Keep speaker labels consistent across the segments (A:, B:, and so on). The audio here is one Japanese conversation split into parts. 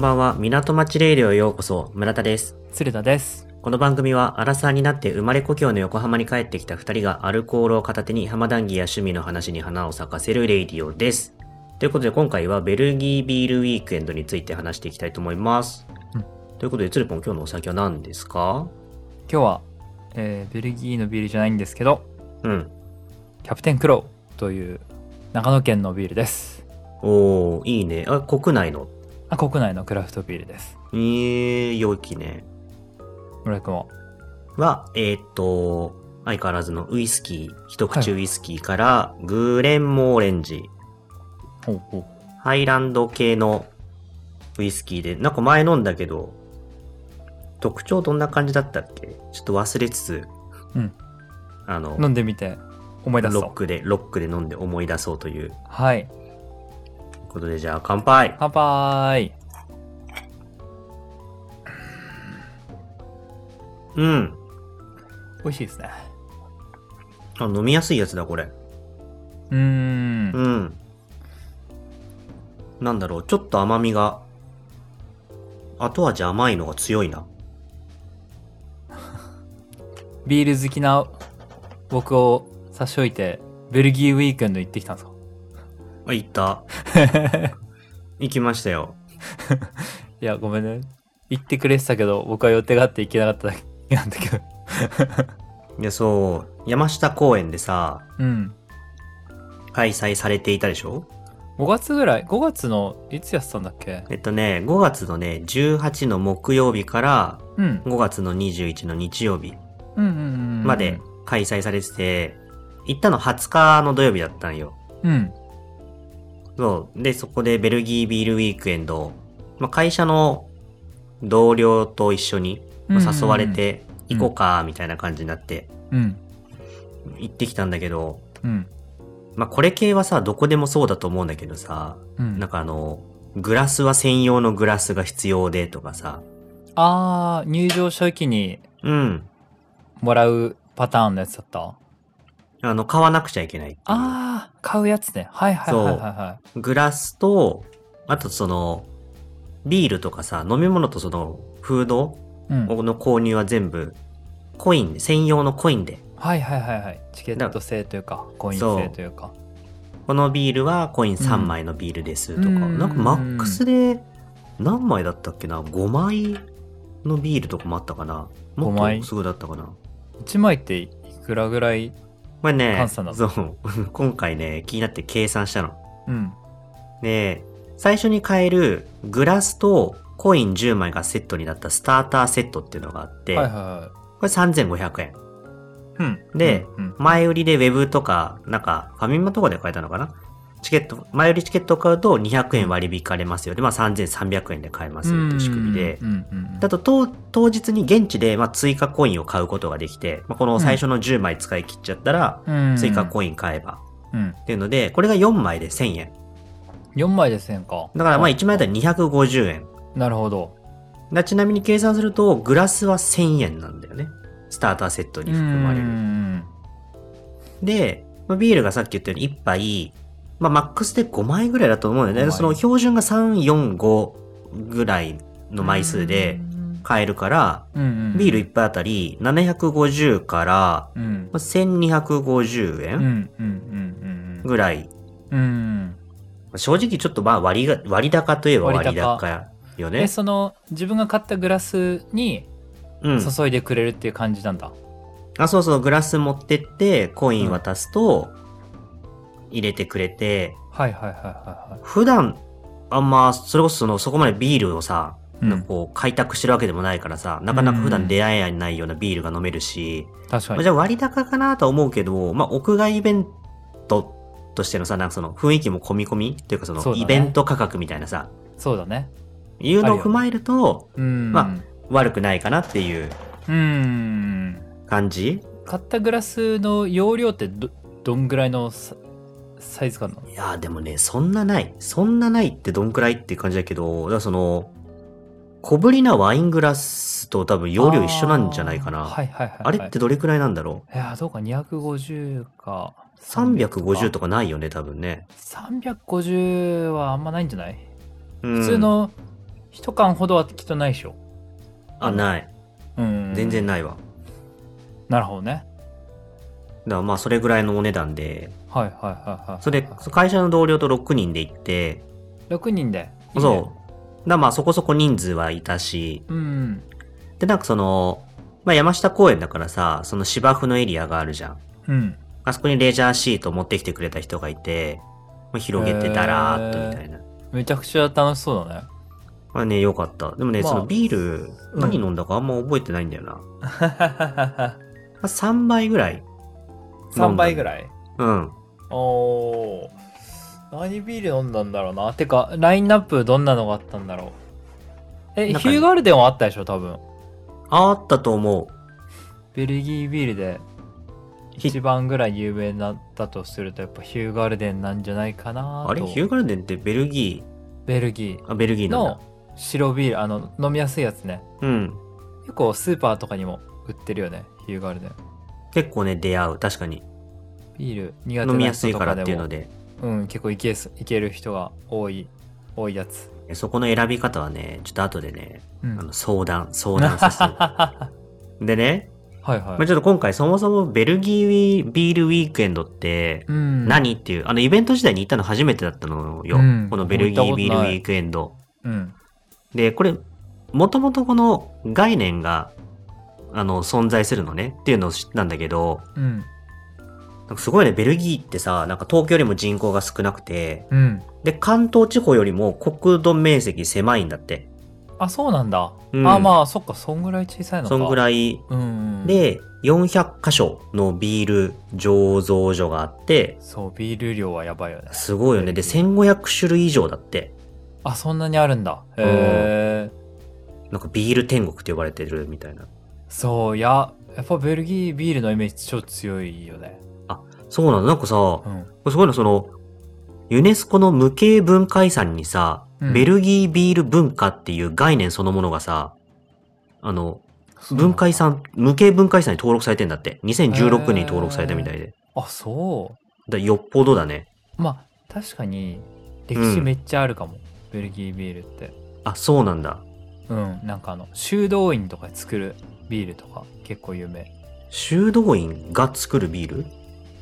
A: ばんは、港町レイディオへようこそ、村田です。
B: 鶴田です。
A: この番組は、アラサーになって生まれ故郷の横浜に帰ってきた二人がアルコールを片手に浜談義や趣味の話に花を咲かせるレイディオです。ということで、今回はベルギービールウィークエンドについて話していきたいと思います。
B: うん
A: ということで、つるぽん、今日のお酒は何ですか
B: 今日は、えーベルギーのビールじゃないんですけど、
A: うん。
B: キャプテンクロウという長野県のビールです。
A: おー、いいね。あ、国内の。
B: あ国内のクラフトビールです。
A: えー、良きね。
B: 村井君は。
A: は、えーっと、相変わらずのウイスキー、一口ウイスキーから、グレンモーレンジ、
B: ほうほう。
A: ハイランド系のウイスキーで、なんか前飲んだけど、特徴どんな感じだったっけちょっと忘れつつ、
B: うん
A: あの、
B: 飲んでみて思い出す
A: ロ
B: と
A: ッ。クで、ロックで飲んで思い出そうという
B: はい。
A: ことで、じゃあ乾杯
B: 乾杯
A: うん
B: 美味しいですね。
A: あ飲みやすいやつだ、これ。
B: うー。
A: うんん。なんだろう、ちょっと甘みが、後味甘いのが強いな。
B: ビール好きな僕を差し置いて、ベルギーウィークエンド行ってきたんですか
A: あ、行った。 行きましたよ。
B: いや、ごめんね。行ってくれてたけど、僕は予定があって行けなかっただけなんだけど。
A: いや、そう、山下公園でさ、
B: うん。
A: 開催されていたでしょ
B: 5月ぐらい5月のいつやってたんだっけ
A: えっとね、5月のね、18の木曜日から
B: うん
A: 5月の21の日曜日
B: うんうんうん
A: まで開催されてて、行ったの20日の土曜日だったんよ。
B: うん
A: そう。で、そこでベルギービールウィークエンド、まあ、会社の同僚と一緒にまあ誘われて行こうか、みたいな感じになって
B: うん
A: 行ってきたんだけど、
B: うん
A: まあ、これ系はさ、どこでもそうだと思うんだけどさ、
B: うん
A: なんかあの、グラスは専用のグラスが必要でとかさ、
B: あー入場初期に
A: うん。
B: もらうパターンのやつだった
A: あの、買わなくちゃいけないっていう
B: あー買うやつねはいはいはいはいはい
A: グラスと、あとその、ビールとかさ、飲み物とその、フード
B: うん
A: の購入は全部、コインで、専用のコインで。
B: はいはいはいはいチケット制というかコイン
A: そう
B: 制というか
A: このビールはコイン3枚のビールですとか、
B: うん
A: なんかマックスで、何枚だったっけな ?5 枚のビールとかもあったかなも
B: 五
A: っ
B: 枚
A: とすごいだったかな
B: 1枚っていくらぐらい
A: これね、
B: 換算だ
A: そう 今回ね、気になって計算したの。
B: うん
A: で、最初に買えるグラスとコイン10枚がセットになったスターターセットっていうのがあって、
B: はいはいは
A: これ3500円。
B: いうん
A: で
B: うん
A: 前売りでウェブとか、なんかファミマとかで買えたのかなチケット、前売りチケットを買うと200円割引かれますよ。で、まあ3300円で買えますよっていう仕組みで
B: う。んうんうん
A: あと当、当日に現地で、まあ、追加コインを買うことができて、まあ、この最初の10枚使い切っちゃったら、
B: うん
A: 追加コイン買えば。
B: うん
A: っていうので、これが4枚で1000円。
B: 4枚で1000か
A: だからまあ1枚だったら250円。
B: なるほど
A: だちなみに計算すると、グラスは1000円なんだよね。スターターセットに含まれ
B: うんう
A: る。
B: ん
A: で、まあビールがさっき言ったように1杯、まあ、マックスで5枚ぐらいだと思うんだよね。
B: 五枚
A: その標準が3、4、5ぐらいの枚数で買えるから、
B: うんうんうん
A: ビール1杯あたり750から
B: うん
A: まあ1250
B: うんう
A: 円
B: んうん
A: ぐらい。
B: うんうん
A: 正直ちょっとまあ割が割高といえば割
B: 割高
A: 高よ
B: え
A: ね。
B: その自分が買ったグラスに
A: うん。
B: 注いでくれるっていう感じなんだ、
A: あ、そうそう、グラス持ってって、コイン渡すと、入れてくれて、
B: はいはいはいはいはい
A: 普段、あんま、それこそその、そこまでビールをさ、
B: うん
A: なんかこう、開拓してるわけでもないからさ、なかなか普段出会えないようなビールが飲めるし、
B: 確か
A: まあ
B: に
A: じゃあ割高かなとは思うけど、まあ、屋外イベントとしてのさ、なんかその、雰囲気も込み込みっていうかそ
B: そう
A: の、
B: だね
A: イベント価格みたいなさ、
B: そうだね
A: いうのを踏まえると、
B: うん
A: ま悪くないかなっていう
B: うん
A: 感じ
B: 買ったグラスの容量ってどどんぐらいのササイズ感なの
A: いやーでもね、そんなない。そんなないってどんくらいって感じだけど、だからその、小ぶりなワイングラスと多分容量一緒なんじゃないかな。
B: あ
A: あ,、
B: ーはいはいはい、はい、
A: れってどれくらいなんだろ
B: いやーどうか250か
A: う ?350 とかないよね、多分ね。
B: 350はあんまないんじゃない
A: うん
B: 普通の一缶ほどはきっとないでしょ。
A: あ、ない。
B: うん。
A: 全然。ないわ。
B: なるほどね。
A: だからまあそれぐらいのお値段で、
B: はいはいはいはい。
A: それで会社の同僚と6人で行って、
B: 6人で。いいね
A: そう。だからまあそこそこ人数はいたし、
B: うん。
A: でなんかその、まあ山下公園だからさ、その芝生のエリアがあるじゃん。
B: うん。
A: あそこにレジャーシート持ってきてくれた人がいて、まあ、広げてだらーっとみたいな。
B: めちゃくちゃ楽しそうだね。
A: まあね、よかった。でもね、
B: まあ
A: そのビール、
B: うん
A: 何飲んだかあんま覚えてないんだよな。ま あ、3杯ぐらい。
B: 3倍ぐらい
A: うん。
B: おー。何ビール飲んだんだろうな。てか、ラインナップどんなのがあったんだろう。え、
A: なん
B: ヒ
A: か
B: ューガルデンはあったでしょ、多分。
A: あったと思う。
B: ベルギービールで
A: ひ
B: 一番ぐらい有名だったとすると、やっぱヒューガルデンなんじゃないかなと。
A: あれヒューガルデンってベルギ
B: ベルギ
A: ー、あ、ベルギー
B: ー
A: なんだ
B: の。白ビール、あの、飲みやすいやつね。
A: うん。
B: 結構スーパーとかにも売ってるよね、ヒューガルデン。
A: 結構ね、出会う。確かに。
B: ビール苦手
A: 飲み
B: な
A: やす
B: 人
A: い
B: と
A: か
B: からで
A: っ
B: も
A: ていうので、
B: うん、結構いけすいける人が多い、多いやつ。
A: そこの選び方はね、ちょっと後でね、
B: う
A: あ
B: ん。
A: の相談、相談させ
B: は
A: て。でね、
B: いは
A: まあ、
B: い。
A: ちょっと今回そもそもベルギーウィビールウィークエンドって
B: うん、
A: 何っていう、あのイベント自体に行ったの初めてだったのよ。
B: うん
A: このベルギ
B: 行ったこ
A: ー
B: と
A: ビールウ
B: ない
A: ィークエンド。
B: うん。
A: で、これ、もともとこの概念が、あの、存在するのねっていうのを知ったんだけど、
B: うん。
A: なんかすごいね、ベルギーってさ、なんか東京よりも人口が少なくて、
B: うん。
A: で、関東地方よりも国土面積狭いんだって。
B: あ、そうなんだ。
A: うん
B: あ、まあ、そっか、そんぐらい小さいのか。
A: そんぐ
B: い。
A: らい。
B: うん、うん。、
A: で、400箇所のビール醸造所があって、
B: そう、ビール量はやばいよね。
A: すごいよね。で、1500種類以上だって。
B: あ、そんなにあるんだ。へえ。
A: なんかビール天国って呼ばれてるみたいな。
B: そう、いや、やっぱベルギービールのイメージ超強いよね。
A: そうなの。なんかさ
B: う、ん。
A: すごいの、その、ユネスコの無形文化遺産にさ、
B: うん
A: ベルギービール文化っていう概念そのものがさ、あの、文化遺。産、無形文化遺産に登録されてんだって。2016年に登録されたみたいで。
B: あ、そ
A: だよっぽどだね。
B: う。まあ、確かに、歴史めっちゃあるかも。ベルギービールって。
A: あ、そうなんだ。
B: うん、なんかあの、修道院とかで作るビールとか結構有名。
A: 修道院が作るビール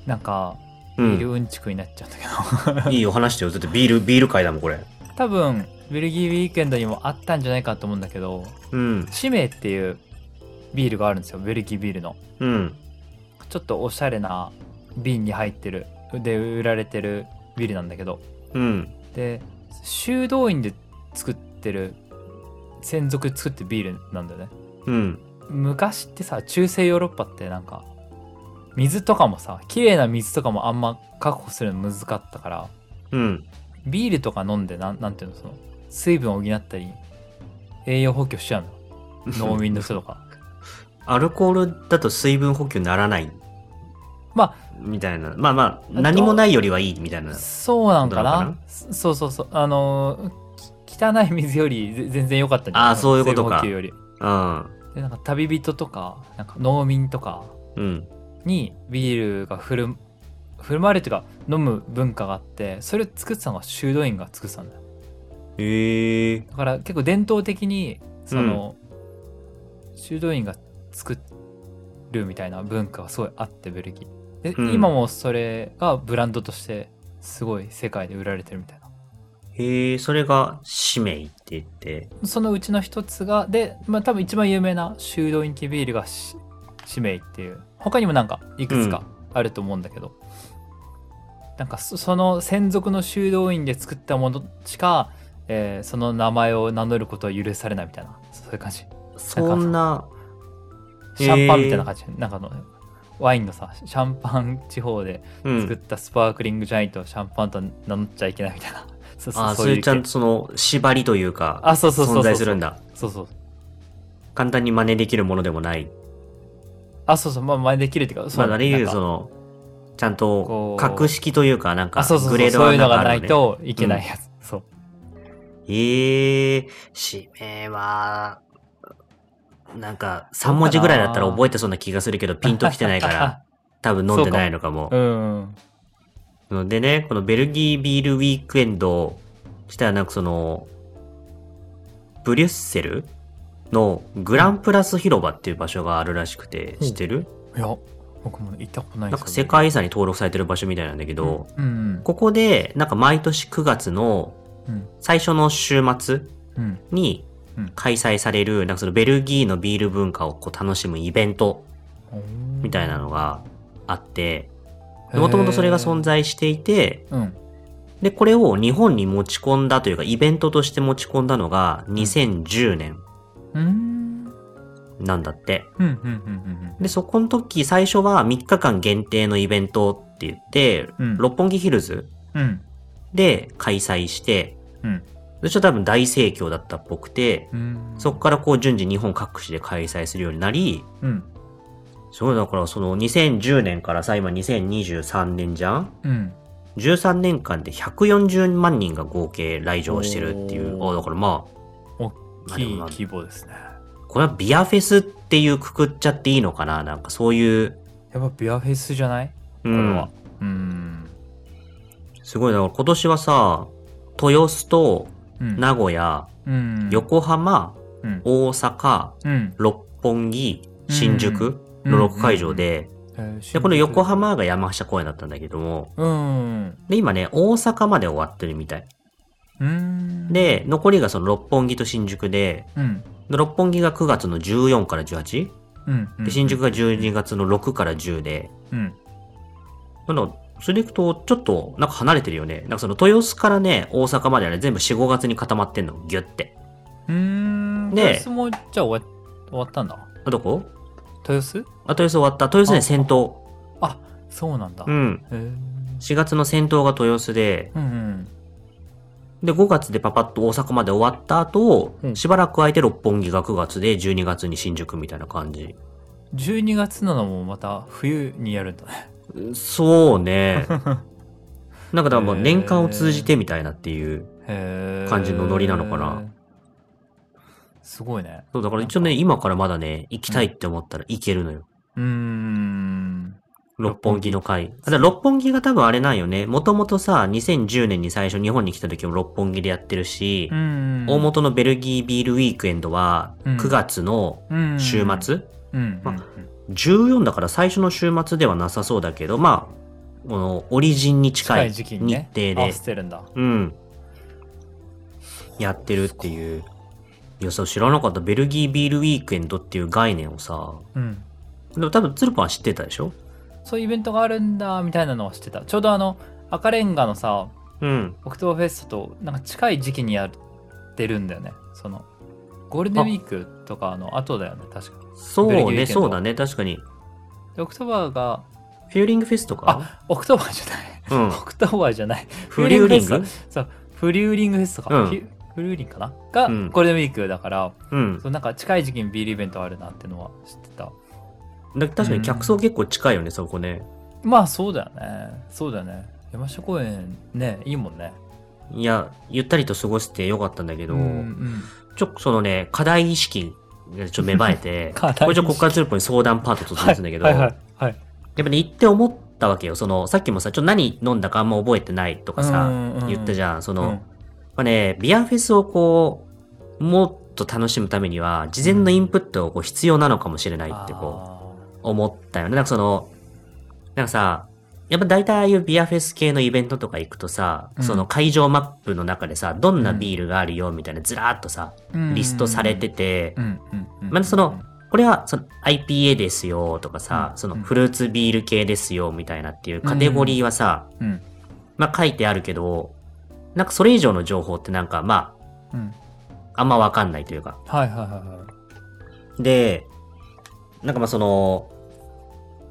B: なんか、
A: う
B: ビール
A: ん。
B: うんちくになっちゃったけど。
A: いいよ、話してよ。だってビール、ビール会だもん、これ。
B: 多分、ベルギーウィークエンドにもあったんじゃないかと思うんだけど、
A: うん。
B: シメっていうビールがあるんですよ、ベルギービールの。
A: うん。
B: ちょっとおしゃれな瓶に入ってる、で、売られてるビールなんだけど。
A: うん。
B: で、修道院で作ってる、専属で作ってるビールなんだよね。
A: うん。
B: 昔ってさ中世ヨーロッパってなんか水とかもさ綺麗な水とかもあんま確保するの難かったから
A: うん。
B: ビールとか飲んでなんなんていうのその水分を補ったり栄養補給しちゃう の農民の人とか
A: アルコールだと水分補給ならない。
B: ま
A: みたいな。まあまあ、何もないよりはいいみたいな。
B: そうなんかな
A: どうなのか
B: そそうそうそうあのーき汚い水よりぜ全然良かったんじゃない
A: あーそういうことか
B: 水分補給より
A: うん。
B: でなんか旅人とかなんか農民とか
A: うん。
B: にビールが振る振る舞われるというか飲む文化があってそれを作ってたのが修道院が作ってたんだよ
A: へえ
B: だから結構伝統的にその、修道院が作るみたいな文化がすごいあってベルギーで、
A: うん
B: 今もそれがブランドとしてすごい世界で売られてるみたいな
A: へえそれが使命って言って。
B: そのうちの一つがで、まあ、多分一番有名な修道院系ビールがし使命っていう他にもなんかいくつかあると思うんだけど、なんかそその専属の修道院で作ったものしか、えーその名前を名乗ることは許されないみたいなそういう感じ
A: そんな、
B: シャンパンみたいな感じ、なんかあのワインのさシャンパン地方で
A: う
B: 作っ
A: ん。
B: たスパークリングジャインとシャンパンと名乗っちゃいけないみたいな そうそう
A: あ、
B: そ
A: そうれ
B: いう
A: ちゃん
B: 系
A: とその縛りというか、
B: あそうそうそうそ
A: 存
B: う
A: 在するんだ。
B: そうそう
A: 簡単に真似できるものでもない。
B: あそうそうまあ前できるっていうか
A: ま
B: そ
A: あ、
B: う
A: あるい
B: なん
A: は
B: か
A: その、ちゃん
B: ことう
A: 格式というか、なんか
B: あそうそうそ
A: グ
B: う
A: レード
B: そういうの
A: んか
B: が
A: あ
B: な
A: る
B: い
A: ね。
B: といけないやつ、そう
A: ええ使命は、なんか3文字ぐらいだったら覚えてそうな気がするけど、ピンときてない から、多分飲んでないのかも。
B: うん
A: のでね、このベルギービールウィークエンド自体はなんかその、ブリュッセルのグランプラス広場っていう場所があるらしくて、
B: うん
A: 知ってる
B: いや僕も行ったことない
A: なんか世界遺産に登録されてる場所みたいなんだけど、
B: うんうん
A: ここで、なんか毎年9月の
B: うん
A: 最初の週末
B: うん
A: に
B: うん
A: 開催される、なんかそのベルギーのビール文化をこう楽しむイベントみたいなのがあって、もともとそれが存
B: 在
A: 在していて、
B: うん
A: で、これを日本に持ち込んだというか、イベントとして持ち込んだのが2010年
B: うん
A: なんだって。
B: うんうんうん
A: で、そこの時、最初は3日間限定のイベントって言って、
B: うん
A: 六本木ヒルズ
B: うんうん
A: で開催して、
B: うん
A: そしたら多分大盛況だったっぽくて、
B: うん
A: そこからこう順次日本各地で開催するようになり、
B: うん
A: すごいだからその2010年からさ、今2023年じゃん
B: うん、
A: 13年間で140万人が合計来場してるっていう。
B: おー
A: あだからまあ、
B: 大きい規模ですね。
A: これはビアフェスっていうくくっちゃっていいのかななんかそういう、
B: やっぱビアフェスじゃない
A: うん
B: これは。うん。
A: すごい。だから今年はさ、豊洲と
B: うん、
A: 名古屋、
B: うん、
A: 横浜、
B: うん、
A: 大阪、
B: うん
A: 六本木、新宿
B: うん
A: の6会場で、
B: えー
A: で、この横浜が山下公園だったんだけども、
B: うん。
A: で、今ね、大阪まで終わってるみたい。
B: うん。、
A: で、残りがその六本木と新宿で、
B: うん。
A: で六本木が9月の14から 18?
B: うん。うん
A: で、新宿が12月の6から10で、
B: うん。
A: なんだろうそれでいくと、ちょっと、なんか離れてるよね。なんかその豊洲からね、大阪まではね、全部4、5月に固まってんの、ギュって。
B: うん。
A: で
B: 豊洲も、じゃあ終わ終わったんだ。
A: あ、どこ
B: 豊洲
A: あ、豊洲終わった。豊洲ね、
B: あ
A: 先頭。
B: あ、そうなんだ。
A: う
B: へ
A: ん。
B: ー
A: 4月の先頭が豊洲で、
B: うん。うん。
A: で、5月でパパッと大阪まで終わった後、
B: うん
A: しばらく空いて六本木が9月で、12月に新宿みたいな感じ。
B: 12月なのもまた冬にやるんだね。
A: そう ね。なんかだからもう
B: へー
A: 年間を通じてみたいなっていう。
B: へー
A: 感じのノリなのかな。
B: すごいね。
A: そう、だから一応ね、今からまだね、行きたいって思ったら行けるのよ。
B: うーん。
A: 六本木の会。あだから六本木が多分あれなんよね。もともとさ、2010年に最初日本に来た時も六本木でやってるし、
B: うん。
A: 大元のベルギービールウィークエンドは
B: うん
A: 9月の
B: うん
A: 週末、
B: うん
A: ま14だから最初の週末ではなさそうだけど、まあ、このオリジンに近
B: 近
A: い
B: い
A: 日
B: 時期
A: 程
B: にね
A: で、
B: 合わせてるんだ
A: うん。やってるっていう。いや、そう知らなかった。ベルギービールウィークエンドっていう概念をさ、
B: うん
A: でも多分ツルパンは知ってたでしょ
B: そういうイベントがあるんだみたいなのは知ってたちょうどあの赤レンガのさ
A: うん。
B: オクトーバーフェストとなんか近い時期にやってるんだよねそのゴールデンウィークとかの後だよね確か
A: そう
B: ベルギーウィークエ
A: ね、
B: ンド
A: そうだね。確かに。
B: でオクトーバーが
A: フューリングフェスとか
B: オクトーバーじゃない
A: うん。
B: オクトーバーじゃない
A: フリューリン
B: フェ
A: グ
B: ストそうフリューリングフェストか、
A: うん
B: フリュフリューリングかなが、
A: うん
B: ゴールデンウィークだから
A: うん。
B: そうなんか近い時期にビールイベントあるなってのは知ってた
A: だ確かに客層結構近いよね、そこね。
B: まあそうだよねそうだよね山下公園ねいいもんね
A: いや、ゆったりと過ごしてよかったんだけど、
B: うん、
A: ちょっとそのね、課題意識がちょっと芽生えて
B: 課題
A: これ
B: 意識
A: ちょっとこっからツルポに相談パート突入するんだけど、
B: はいはいはい
A: やっぱね、行って思ったわけよ。その、さっきもさ、ちょっと何飲んだかあんま覚えてないとかさ、言ったじ
B: ゃ
A: ゃん。その、やっぱね、ビアフェスをこう、もっと楽しむためには、事前のインプットをこう必要なのかもしれないってこう、思ったよね。なんかその、なんかさ、やっぱ大体ああいうビアフェス系のイベントとか行くとさ、
B: うん
A: その会場マップの中でさ、どんなビールがあるよみたいなずらーっとさ、リストされてて、
B: うんうんうん
A: まあそのこれはその IPA ですよとかさ、
B: うん
A: そのフルーツビール系ですよみたいなっていうカテゴリーはさ、
B: うん
A: まあ書いてあるけど、なんかそれ以上の情報ってなんかま
B: うん
A: あ、あんまわかんないというか。
B: はいはいはいはい
A: で、なんかまあその、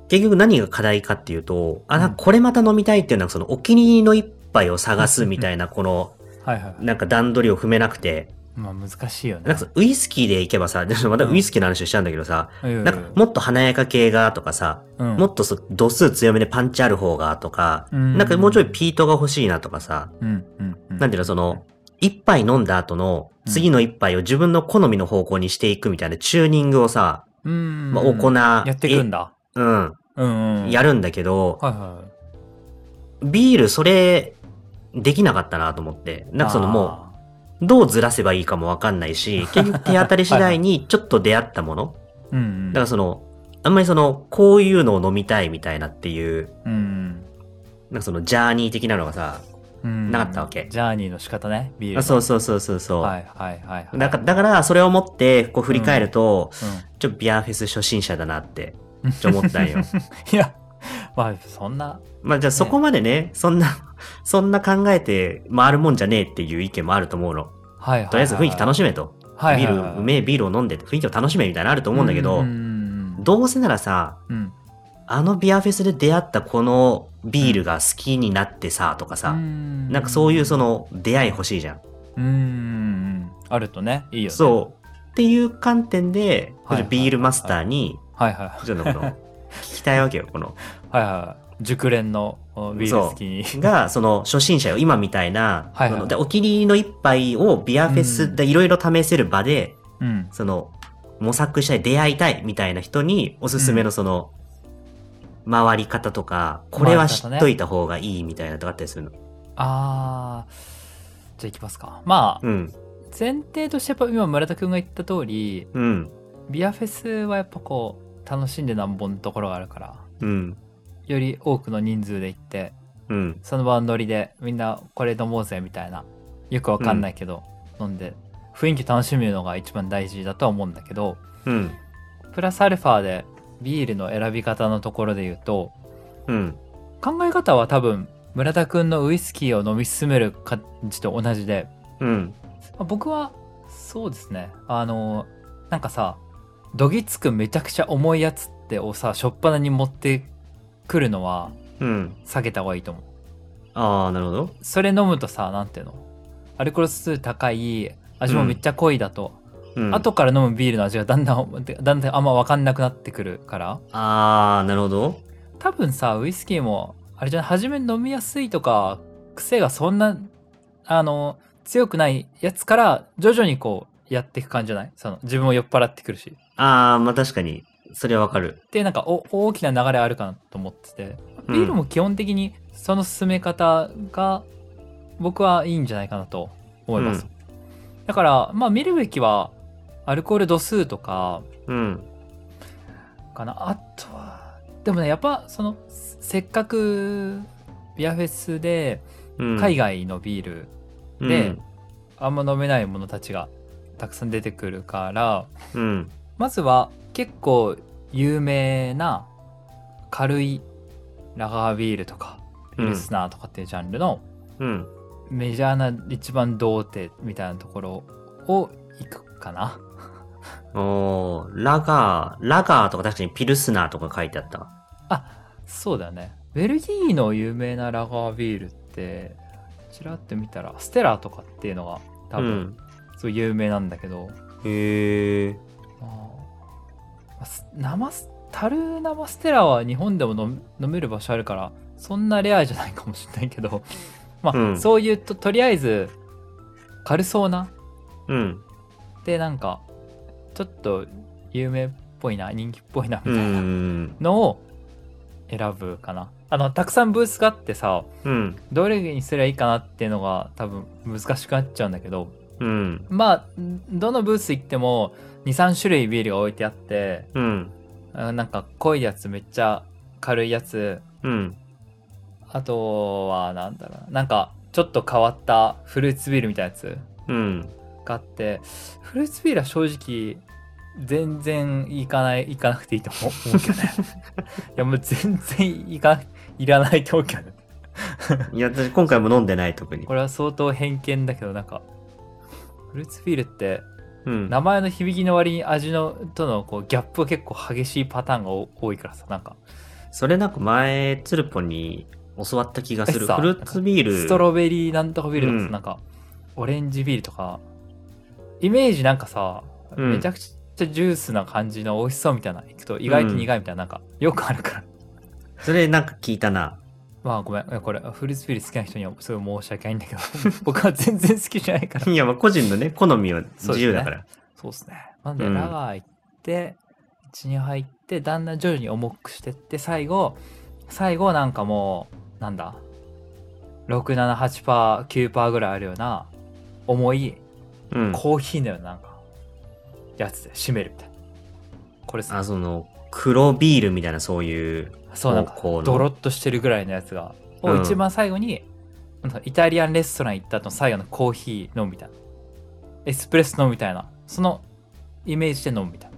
A: 結局何が課題かっていうと、あ、なんかこれまた飲みたいっていうのはそのお気に入りの一杯を探すみたいなこの、
B: はいはいはい
A: なんか段取りを踏めなくて、
B: まあ難しいよね
A: なんかそのウイスキーでいけばさ、 でまたウイスキーの話をしたんだけどさ、
B: うん
A: なんかもっと華やか系がとかさ、
B: うん
A: もっとそ度数強めでパンチある方がとか、
B: うん
A: なんかもうちょいピートが欲しいなとかさ、
B: うんうんうん
A: なんていうの、その、一杯飲んだ後の次の一杯を自分の好みの方向にしていくみたいなチューニングをさ、
B: うん
A: まあ、行う。
B: やっていくんだ
A: えうん。
B: うんうん
A: やるんだけど、
B: はいはい
A: ビールそれ、できなかったなと思って。なんかそのも
B: あ
A: う、どうずらせばいいかもわかんない し、結局手当たり次第にちょっと出会ったもの。
B: うんうん
A: だからその、あんまりその、こういうのを飲みたいみたいなっていう、
B: うん
A: なんかそのジャーニー的なのがさ、
B: うん
A: なかったわけ
B: ジャーニーの仕方ねビール
A: あ
B: の
A: そうそうそうそうそう。
B: はいはいはいはい
A: だから、だからそれを持って、こう振り返ると、
B: うん
A: ちょっとビアフェス初心者だなって、ちょっと思ったん よ。
B: いやまあそんな
A: まあじゃあそこまでね、そんな、 そんな考えて回るもんじゃねえっていう意見もあると思うの。
B: はいはいはい
A: とりあえず雰囲気楽
B: し
A: しめと。
B: はい
A: ビ
B: はい
A: ール、うめえビールを飲んで雰囲気を楽しめみたいなのあると
B: と
A: 思うんだけど、
B: うん
A: どうせならさ、
B: うん
A: あのビアフェスで出会ったこのビールが好きになってさ、とかさ、
B: な
A: なんかそういうその出会い欲しいじゃん。
B: うんうんうんあるとねいいよね
A: そう。っていう観点で、
B: はいはいはい
A: ビールマスターに、
B: はいはい
A: ちょっと この、聞きたいわけよ、この。
B: はいはい熟練のおビール好きに
A: が、その、初心者よ、今みたいな、
B: はいはい
A: そのでお気に入りの一杯をビアフェスでいろいろ試せる場で、
B: うん
A: その、模索したい、出会いたいみたいな人に、おすすめのその、回り方とか、これは知っといた方がいいみたいなのとかあったりするの。
B: あーじゃあいきますかまあ
A: うん。
B: 前提としてやっぱ今村田君が言った通り
A: うん。
B: ビアフェスはやっぱこう楽しんでなんぼのところがあるから
A: うん。
B: より多くの人数で行って
A: うん。
B: その場のノリでみんなこれ飲もうぜみたいなよくわかんないけど、飲んで雰囲気楽しむのが一番大事だとは思うんだけど
A: うん。
B: プラスアルファでビールの選び方のところで言うと
A: うん。
B: 考え方は多分村田くんのウイスキーを飲み進める感じと同じで
A: うん。
B: まあ僕はそうですねあのなんかさどぎつくめちゃくちゃ重いやつってをさしょっぱなに持ってくるのは
A: うん。
B: 避けた方がいいと思う
A: ああ、なるほど。
B: それ飲むとさなんていうのアルコール指数高い味もめっちゃ濃いだと、
A: うん、
B: 後から飲むビールの味がだんだんだんだんあんま分かんなくなってくるから
A: ああ、なるほど。
B: 多分さウイスキーもあれじゃない初め飲みやすいとか癖がそんなあの強くないやつから徐々にこうやっていく感じじゃないその自分を酔っ払ってくるし
A: ああ、まあ確かに。それはわかる。
B: でなんかお大きな流れあるかなと思っててビールも基本的にその進め方が僕はいいんじゃないかなと思います、
A: う
B: だからまあ見るべきはアルコール度数とか
A: うん。
B: かなあとはでもねやっぱそのせせっかくビアフェスで
A: うん。
B: 海外のビール、
A: 外
B: であんま飲めないものたちがたくさん出てくるから
A: うん。うん。
B: まずは結構有名な軽いラガービールとか
A: うん
B: ピルスナーとかっていうジャンルの
A: うん。
B: メジャーな一番童貞みたいなところを行くかな
A: おーラガー、ラガーとか確かにピルスナーとか書いてあった。
B: そうだよねベルギーの有名なラガービールってちらっと見たらステラとかっていうのが多分すごい有名なんだけど、
A: うん。へえ。
B: あーまあす生ス樽生ステラは日本でも飲飲める場所あるからそんなレアじゃないかもしれないけど まあ、
A: うん
B: そういうととりあえず軽そうな
A: うん。
B: でなんかちょっと有名っぽいな人気っぽいな
A: う。
B: みたいなんのを選ぶかな、あのたくさんブースがあってさ
A: うん。
B: どれにすりゃいいかなっていうのが多分難しくなっちゃうんだけど
A: うん。
B: まあどのブース行っても23種類ビールが置いてあって
A: うん。
B: あなんか濃いやつめっちゃ軽いやつ
A: うん。
B: あとはなんだろうななんかちょっと変わったフルーツビールみたいなやつ
A: うん。
B: があってフルーツビールは正直全然行かない行かなくていいと思う思うけどね いやもう全然行かいらないと思うけど ね
A: いや、私今回も飲んでない、特に
B: こ。れは相当偏見だけどなんかフルーツビールって
A: うん。
B: 名前の響きの割に味のとのこうギャップが結構激しいパターンがお多いからさなんか
A: それなんか前、つるぽんに教わった気がす
B: え
A: る。
B: さ
A: フルーツビール。
B: ストロベリーなんとかビールとかさ、
A: うん
B: なんかオレンジビールとかイメージなんかさ、
A: うん
B: めちゃくちゃジュースな感じの美味しそうみたいな行くと意外と苦いみたいな、なんかよくあるから
A: それなんか聞いたな。
B: まあごめんこれフルーツビール好きな人にはすごい申し訳ないんだ けど僕は全然好きじゃないから
A: いや、まあ個人のね、好みは自由だから。
B: そうですねなんで
A: うん
B: ラガー行って1に入ってだんだん徐々に重くしてって最後最後なんかもうなんだ678%パー9%パーぐらいあるような重い
A: うん。
B: コーヒーのようななんかやつで締めるみたいなこれ
A: あ、
B: さ
A: その、黒ビールみたいな、そういう。
B: そうなんか
A: こうこうの
B: ドロッとしてるぐらいのやつが、
A: うん
B: を一番最後になんかイタリアンレストラン行った後の最後のコーヒー飲むみたいなエスプレッソ飲むみたいなそのイメージで飲むみたいな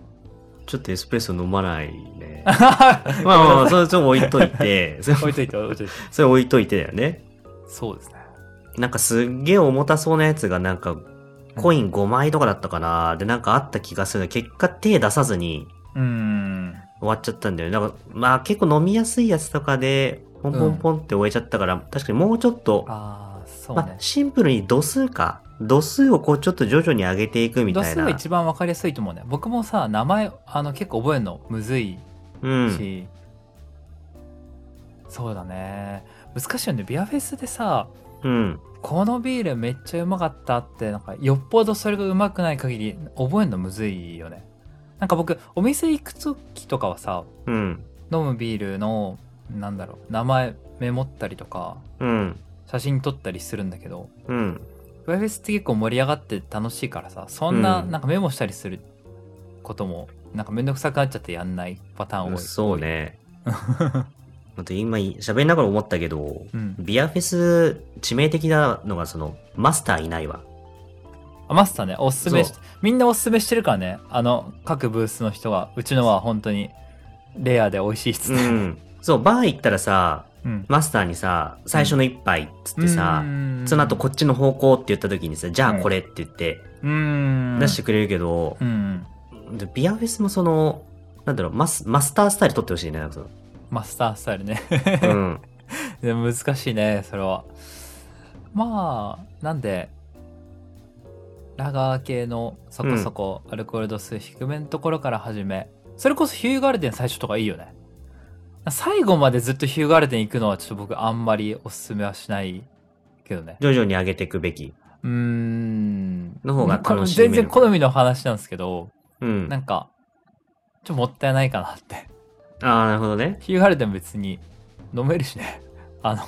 A: ちょっとエスプレッソ飲まないね。
B: まあ
A: まあまあまあ、それちょっと置いといて、それ
B: 置いと いて置いといて
A: それ置いといてだよね。
B: そうですね
A: なんかすっげえ重たそうなやつが、なんか、コイン5枚とかだったかなで、なんかあった気がするんだけど結果手出さずに
B: うーん
A: 終わっちゃったんだよね。なんか、まあ結構飲みやすいやつとかで、ポンポンポンって終えちゃったから、確かにもうちょっと、
B: ああそう
A: ま
B: ね
A: あ、シンプルに度数か。度数をこうちょっと徐々に上げていくみ
B: 度
A: たい
B: 数
A: な。
B: が一番わかりやすいと思うね僕もさ名前あの結構覚えるのむずい
A: うん。
B: し、そうだね難しいよねビアフェスでさ
A: うん。
B: このビールめっちゃうまかったってなんかよっぽどそれがうまくない限り覚えるのむずいよねなんか僕お店行く時とかはさ
A: うん。
B: 飲むビールのなんだろう名前メモったりとか
A: うん。
B: 写真撮ったりするんだけど
A: うん。
B: ビアフェスって結構盛り上がって楽しいからさそんな
A: うん
B: なんかメモしたりすることもなんかめんどくさくなっちゃってやんないパターン多い、
A: そうね。 あと今い喋りながら思ったけど、
B: うん、
A: ビアフェス致命的なのがそのマスターいないわ。
B: あマスターねおすすめし
A: そ
B: みんなおすすめしてるからねあの各ブースの人はうちのは本当にレアで美味しいっつ
A: う
B: って、
A: ん。そう、バー行ったらさ、
B: うん
A: マスターにさ、最初の一杯っつってさ、
B: うん
A: その後こっちの方向って言った時にさ、じゃあこれって言って
B: うん
A: 出してくれるけど
B: う、ん
A: でビアフェスもその、なんだろう、マス、マスタースタイル取ってほしいね。なんかそ の
B: マスタースタイルね
A: うん。
B: でも難しいねそれはまあなんでラガー系のそこそこアルコール度数低めのところから始め、それこそヒューガルデン最初とかいいよね最後までずっとヒューガルデン行くのはちょっと僕あんまりおすすめはしないけどね
A: 徐々に上げていくべき。
B: うーん
A: の方が
B: こ
A: 楽しめる
B: 全然好みの話なんですけど
A: うん。
B: な
A: あ
B: んかちょっともったいないかなって
A: あー、なるほどね。
B: ヒューガルデン別に飲めるしね あの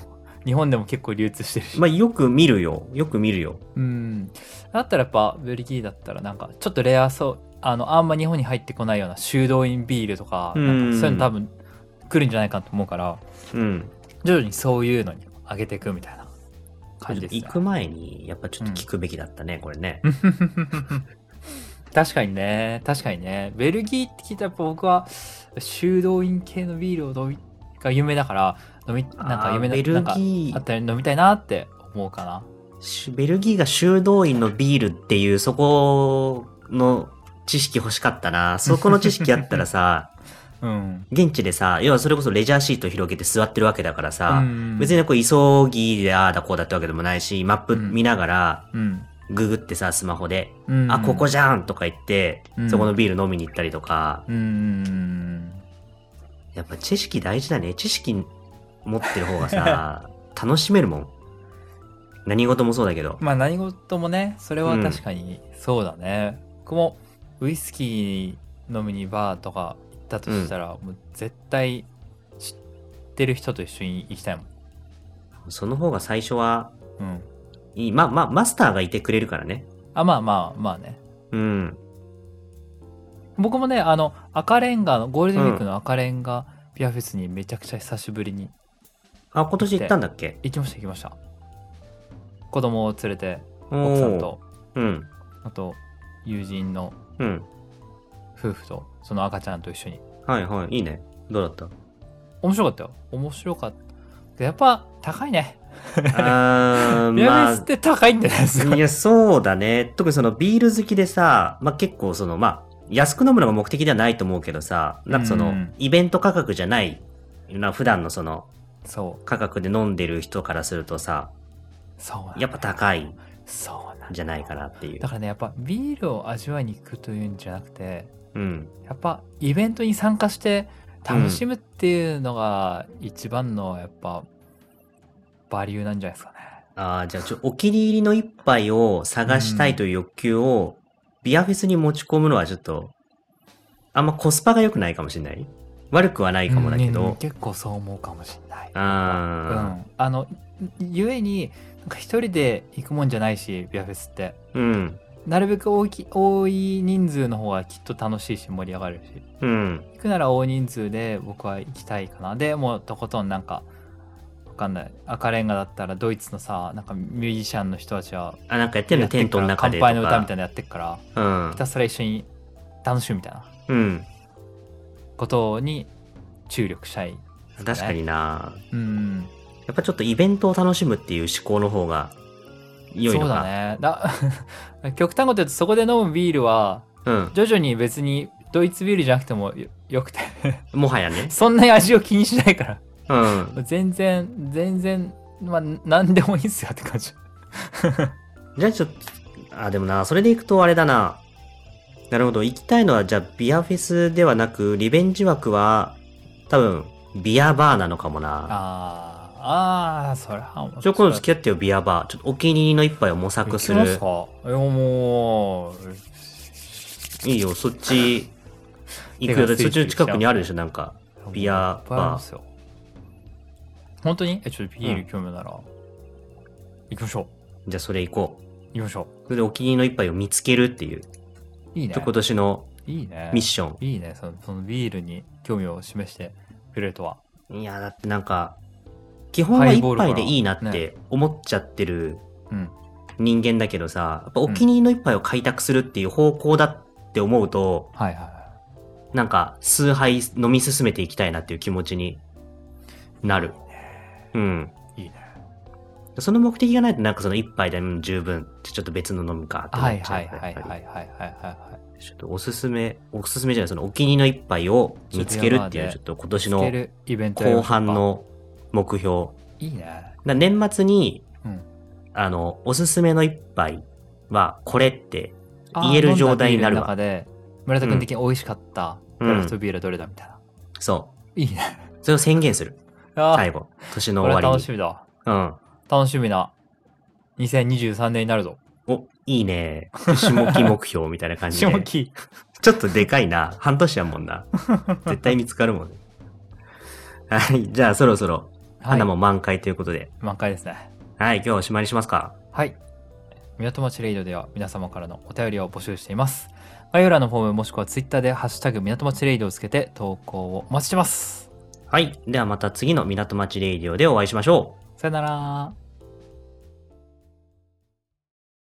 B: 日本でも結構流通してるし、
A: まあ、よく見るよ。よく見るよ。
B: うんだったらやっぱベルギーだったらなんかちょっとレアそうあのあんま日本に入ってこないような修道院ビールとか
A: うん
B: なんかそういうの多分来るんじゃないかなと思うから
A: うん。
B: 徐々にそういうのに上げていくみたいな感じです、ね
A: 行、く前に、やっぱちょっと聞くべきだったね、これね。
B: 確かにね確かにねベルギーって聞いたらやっぱ僕は修道院系のビールを飲みが有名だから飲みなんか有名
A: あ
B: な
A: ーベル
B: なんか
A: ギ
B: あっ
A: ー
B: たり飲みたいなって思うかな
A: し、ベルギーが修道院のビールっていう、そこの知識欲しかった な。そこの知識あったらさ、
B: うん
A: 現地でさ、要はそれこそレジャーシート広げて座ってるわけだからさ、
B: うん
A: 別にこう急ぎでああだこうだってわけでもないし、マップ見ながら、
B: うん、
A: ググってさ、スマホで、
B: うん、
A: あ、ここじゃんとか言って、
B: うん
A: そこのビール飲みに行ったりとか、
B: うん
A: やっぱ知識大事だね。知識持ってる方が さ、楽しめるもん。何事もそうだけど。
B: まあ何事もねそれは確かにそうだね、僕もウイスキー飲みにバーとか行ったとしたら、もう絶対知ってる人と一緒に行きたいもん
A: その方が最初は
B: うん
A: いい。まあまあ、マスターがいてくれるからね。
B: あまあまあまあね
A: うん。
B: 僕もねあの赤レンガのゴールデンウィークの赤レンガビアフェスにめちゃくちゃ久しぶりに
A: あ、今年行ったんだっけ
B: 行きました行きました子供を連れて
A: お
B: 奥さん
A: ー
B: と
A: うん。
B: あと友人の
A: うん。
B: 夫婦とその赤ちゃんと一緒に
A: はいはい。いいね。どう だっ
B: 面白かったよ面白かったやっぱ高いね
A: たあー、
B: ビア
A: ま
B: フェスって高いんだよねすご
A: あ、い
B: い
A: や、そうだね。特にそのビール好きでさ、まあ結構その、まあ、安く飲むのが目的ではないと思うけどさ、なんかその、
B: うん
A: イベント価格じゃない、な普段のその、
B: そう
A: 価格で飲んでる人からするとさ、
B: そうなん
A: やっぱ高いん
B: そうなん
A: じゃないかなっていう
B: だ。からねやっぱビールを味わいに行くというんじゃなくて
A: うん。
B: やっぱイベントに参加して楽しむっていうのが一番のやっぱバリューなんじゃないですかね
A: ああ、じゃあちょ、お気に入りの一杯を探したいという欲求を、ビアフェスに持ち込むのはちょっと、あんまコスパが良くないかもしれない悪くはないかもだけ
B: うんうん
A: ど。
B: 結構そう思うかもしれないうん
A: あ
B: あのゆえになんか一人で行くもんじゃないしビアフェスって
A: あ、うん。
B: なるべく大き多い人数の方がきっと楽しいし盛り上がるし
A: うん。
B: 行くなら大人数で僕は行きたいかなでもうとことんなんかわかんない赤レンガだったらドイツのさなんかミュージシャンの人たちは
A: あ、なんかやってん
B: や
A: の
B: って
A: テ
B: っ
A: ント
B: か
A: の
B: ら
A: 中
B: 乾
A: でとか。
B: 杯の歌みたいなのやってっからひたすら一緒に楽しむみたいな
A: うん。
B: ことに注力したい
A: うん。確かにな
B: うん
A: やっぱちょっとイベントを楽しむっていう思考の方が良い
B: そ
A: の
B: うだ
A: か。
B: ねだ 極端なこと言うとそこで飲むビールは
A: うん。
B: 徐々に別にドイツビールじゃなくてもよよくて
A: もはやね。
B: そんなに味を気にしないから
A: うん。
B: 全然全然まあ何でもいいっすよって感じ
A: じゃあちょっと、あ、でもな、それで行くとあれだな。なるほど。行きたいのは、じゃあ、ビアフェスではなく、リベンジ枠は、多分、ビアバーなのかもな。
B: あーあーそれは
A: ちょ、今度付き合ってよ、ビアバー。ちょっとお気に入りの一杯を模索す
B: 行きます
A: る。
B: かいやもう
A: いいよ、そっち、行く
B: 手
A: よ。
B: がつい
A: そっちの
B: てきちゃう
A: 近くにあるでしょ、なんか。ビア
B: いっぱいあるんですよ本当にえちょっとビール興味なら、行きましょう
A: じゃあ、それ行こう。
B: 行きましょ
A: それでお気に入りの一杯を見つけるっていう、
B: ういいね
A: ちょ今年の
B: いいね
A: ミッション。
B: いいねそのそのビールに興味を示してくれるとはい
A: や、だってなんか、基本は一杯でいいなっ
B: ハイボールから
A: て思っちゃってる
B: うん
A: 人間だけどさ、やっぱお気に入りの一杯を開拓するっていう方向だって思うと、
B: はいはいはい
A: なんか数杯飲み進めていきたいなっていう気持ちになる。うん。
B: いいね。
A: その目的がないとなんかその一杯でうん十分、ちょっと別の飲むかって
B: は
A: 思っ
B: い
A: ちゃ
B: は
A: う
B: い
A: から
B: はい
A: やっ
B: はい
A: ぱ
B: は
A: り
B: いはいはいは
A: ちょっとおすすめ、おすすめじゃない、そのお気に入りの一杯を見つけるっていうのはちょっと今
B: い。
A: 年
B: つけ
A: の
B: るイベントやり
A: 後
B: ましょう
A: 半。
B: か
A: の目標。
B: いいね。
A: だから年末に、
B: うん
A: あの、おすすめの一杯はこれって、
B: あー
A: 言える状態になるわ
B: 飲んだビールの中で、村田君的に美味しかった、
A: うん
B: クラフトビールはどれだみたいな。
A: そ
B: いいね。
A: う、それを宣言する。
B: あー
A: 最後。年の
B: これは
A: 終わ
B: 楽
A: り
B: し
A: に。
B: みだ。
A: うん。
B: 楽しみな。2023年になるぞ。
A: お、いいね。下期目標みたいな感じで。
B: 下期。
A: ちょっとでかいな。半年やもん な。絶対見つかるもんね。はい。じゃあそろそろ、
B: はい
A: 花も満開ということで。
B: 満開ですね。
A: はい、今日はおしまいにしますか。
B: はい。港町レイドでは皆様からのお便りを募集しています。概要欄のフォームもしくはツイッターでハッシュタグ港町レイドをつけて投稿をお待ちしてます。
A: はい。ではまた次の港町レイディオでお会いしましょう。
B: さよなら。